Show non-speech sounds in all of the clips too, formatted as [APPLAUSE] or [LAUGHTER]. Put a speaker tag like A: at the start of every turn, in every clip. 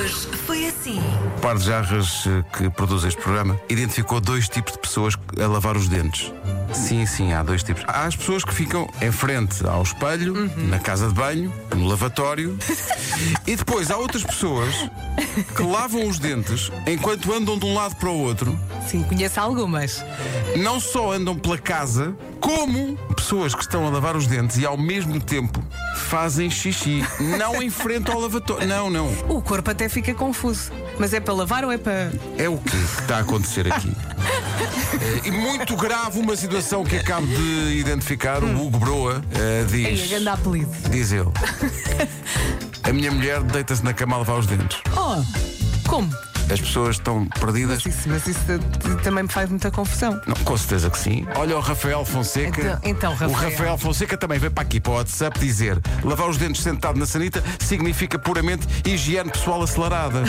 A: é assim?
B: O par de jarras eh, que produz este programa identificou dois tipos de pessoas a lavar os dentes. Sim, sim, há dois tipos. Há as pessoas que ficam em frente ao espelho, na casa de banho, no lavatório. e depois há outras pessoas que lavam os dentes enquanto andam de um lado para o outro.
A: Sim, conheço algumas.
B: Não só andam pela casa, como pessoas que estão a lavar os dentes e ao mesmo tempo fazem xixi. Não em frente ao lavatório. Não, não.
A: O corpo até fica confuso. Mas é para lavar ou é para.
B: É o que está a acontecer aqui. Eh, E muito grave uma situação que acabo de identificar. O Hugo Broa eh,
A: Ei, a
B: diz.
A: grande apelido.
B: Diz ele. A minha mulher deita-se na cama a lavar os dentes.
A: Oh, como?
B: As pessoas estão perdidas.
A: Isso, mas isso eh, também me faz muita confusão.
B: Não, com certeza que sim. Olha o Rafael Fonseca.
A: Então- então,
B: O
A: Rafael.
B: Rafael Fonseca também veio para aqui para o WhatsApp dizer: lavar os dentes sentado na sanita significa puramente higiene pessoal
A: [LAUGHS]
B: acelerada.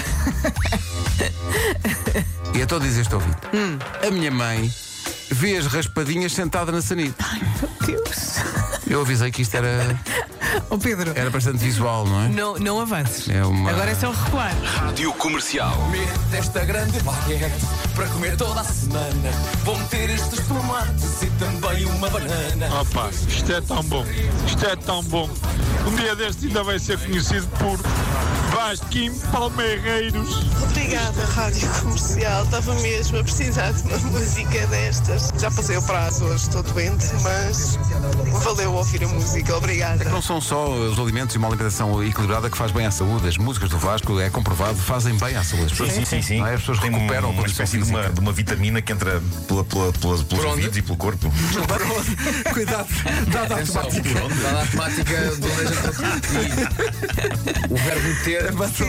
B: e então diz este ouvinte:
A: Hum.
B: A minha mãe vê as raspadinhas sentada na sanita.
A: Deus. [LAUGHS]
B: Eu avisei que isto era,
A: Oh, Pedro,
B: era bastante visual, não é?
A: não, não avances.
B: É uma-
A: Agora é só recuar.
C: Rádio Comercial.
D: comer desta grande baguete Para comer toda a semana Vou meter estes tomates e também uma banana
E: Opa, isto é tão bom, isto é tão bom. Um dia deste ainda vai ser conhecido por Vasquim Palmeireiros.
F: Obrigada, Rádio Comercial. Estava mesmo a precisar de uma [LAUGHS] música destas. Já passei o prazo hoje, estou doente, mas valeu ouvir a música. Obrigada.
B: Não são só os alimentos e uma alimentação equilibrada que faz bem à saúde. As músicas do Vasco, é comprovado, fazem bem à saúde. As pessoas-
G: Sim, sim, sim.
B: Não é? As pessoas
G: Tem um-
B: recuperam a
G: uma
B: condição
G: espécie de uma,
B: física.
G: de uma vitamina que entra pela, pela, pela, pelos ouvidos e pelo corpo.
B: Cuidado, dado a automática.
H: Dá lá a temática do Leja E O verbo
B: É
A: é
H: ter.
D: Desta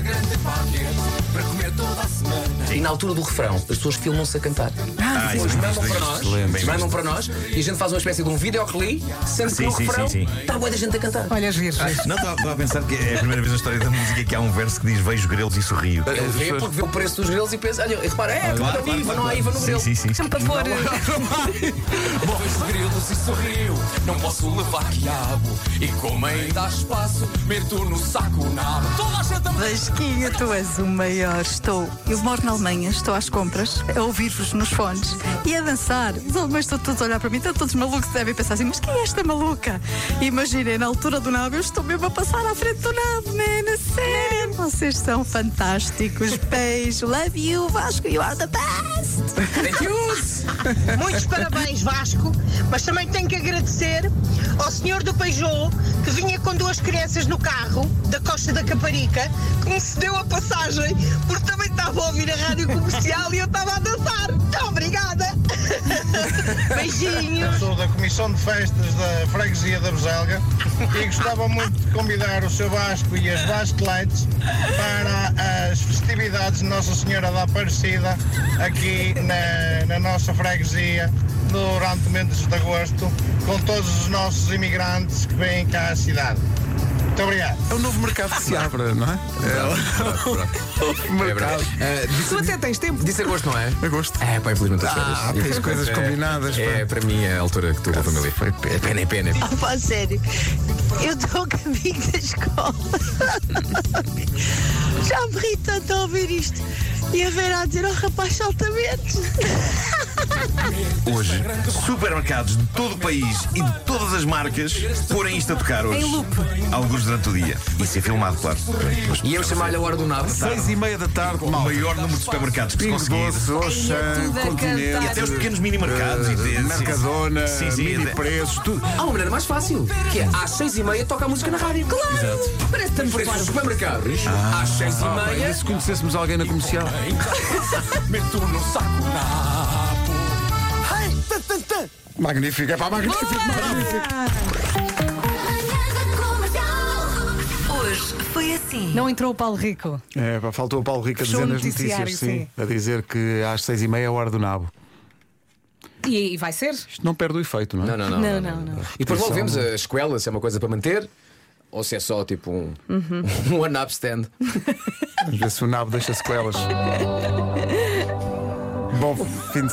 D: grande baguete Para comer toda a semana
H: E na altura do refrão, as pessoas filmam-se a cantar.
G: [LAUGHS] Ah,
H: Depois
G: isso-
H: mandam
G: isso-
H: para
G: isso-
H: nós,
G: excelente.
H: eles mandam para nós e a gente faz uma espécie de um videoclip, sendo que
G: Sim,
H: no
G: sim,
H: refrão
G: sim, sim.
H: está boa da gente a cantar.
A: Olha as virgens.
G: Não, estava a pensar que é a primeira vez na história da música que há um verso que diz Vejo grelos e sorrio.
B: É
H: Ele vê porque vê o preço dos grelos e pensa, olha, repara, é, claro,
G: Ah, claro,
H: IVA,
G: claro,
H: não há
G: claro.
H: IVA no
G: Sim,
H: grelo. [LAUGHS]
G: sim, sim.
H: Sempre a pôr.
D: Dois grilos e sorriu Não posso levar quiabo E como ainda há espaço Meto no saco o nabo Toda a gente a
I: Vasquinha, é, tu és o maior. Estou. Eu moro na Alemanha, estou às compras, a ouvir-vos nos fones e a dançar. Os alemães estão todos a olhar para mim, estão todos malucos, devem pensar assim: mas quem é esta maluca? Imaginem, na altura do nave, eu estou mesmo a passar à frente do nave, man, a sério. Vocês são fantásticos. Beijo, love you, Vasco, you are the best.
J: Muitos parabéns, Vasco, mas também tenho que agradecer ao senhor do Peugeot que vinha com duas crianças no carro da Costa da Caparica que me cedeu a passagem porque também estava a ouvir a rádio comercial e eu estava a dançar. Então, obrigada! [LAUGHS] Beijinhos!
E: Sou da Comissão de Festas da Freguesia da Beselga e gostava muito de convidar o seu Vasco e as Vasqueletes para as festividades de Nossa Senhora da Aparecida aqui na, na nossa freguesia durante o mês de agosto com todos os nossos imigrantes que vêm cá à cidade. Muito obrigado.
B: É um novo mercado que se abre, não é? É um novo mercado.
A: Tu até tens tempo.
H: Disse agosto, não é?
B: Agosto.
H: É, pá, infelizmente as férias.
B: Ah, tens coisas combinadas.
H: É, para mim é a altura
G: Ah,
H: que estou com a família.
B: Foi pena.
H: É pena, é pena.
J: Ah, pá, sério, eu estou a caminho da escola. Já me ri tanto a ouvir isto. E a Vera a dizer, oh rapaz, saltamente.
G: Hoje, supermercados de todo o país e de todas as marcas porem isto a tocar hoje. Em loop. Alguns durante o dia. E ser filmado, claro.
H: E eu chamar-lhe a hora do nave.
B: Seis e meia da tarde,
G: O
B: mal.
G: maior número de supermercados que se
B: Pingo
G: conseguir.
B: Doce, Oxã,
A: tudo a
B: Continente.
A: cantar.
G: E até os pequenos mini-mercados. e
B: eh,
G: de-
B: Mercadona,
G: Sim, é sim,
B: mini
G: até-
B: preços, tudo.
H: Há uma maneira mais fácil, que é às seis e meia toca a música na rádio. Claro! Parece que estamos preços dos supermercados. às seis e
B: E
H: meia.
B: se conhecêssemos alguém na comercial?
D: Meto no saco o nabo
B: Magnífico, é pá, magnífico, magnífico.
I: Hoje foi assim.
A: Não entrou o Paulo Rico.
B: É pá, faltou o Paulo Rico a
A: Fechou
B: dizer
A: o
B: nas
A: noticiário,
B: notícias, sim. A dizer que às seis e meia é a hora do nabo.
A: E, e vai ser?
B: Isto não perde o efeito, não é?
H: Não, não,
A: Não,
H: não.
A: não, não.
H: E depois logo vemos a escola, se é uma coisa para manter ou se é só tipo um, [LAUGHS] um one-up stand.
B: Às vezes o nabo deixa sequelas. Bom fim de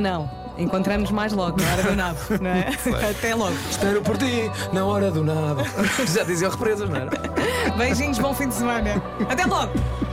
A: Não, não. Encontramos mais logo, na hora do nabo, não é? Até logo.
H: Espero por ti, na hora [LAUGHS] do nada. Já diziam represas, não era?
A: Beijinhos, bom fim de semana. Até logo!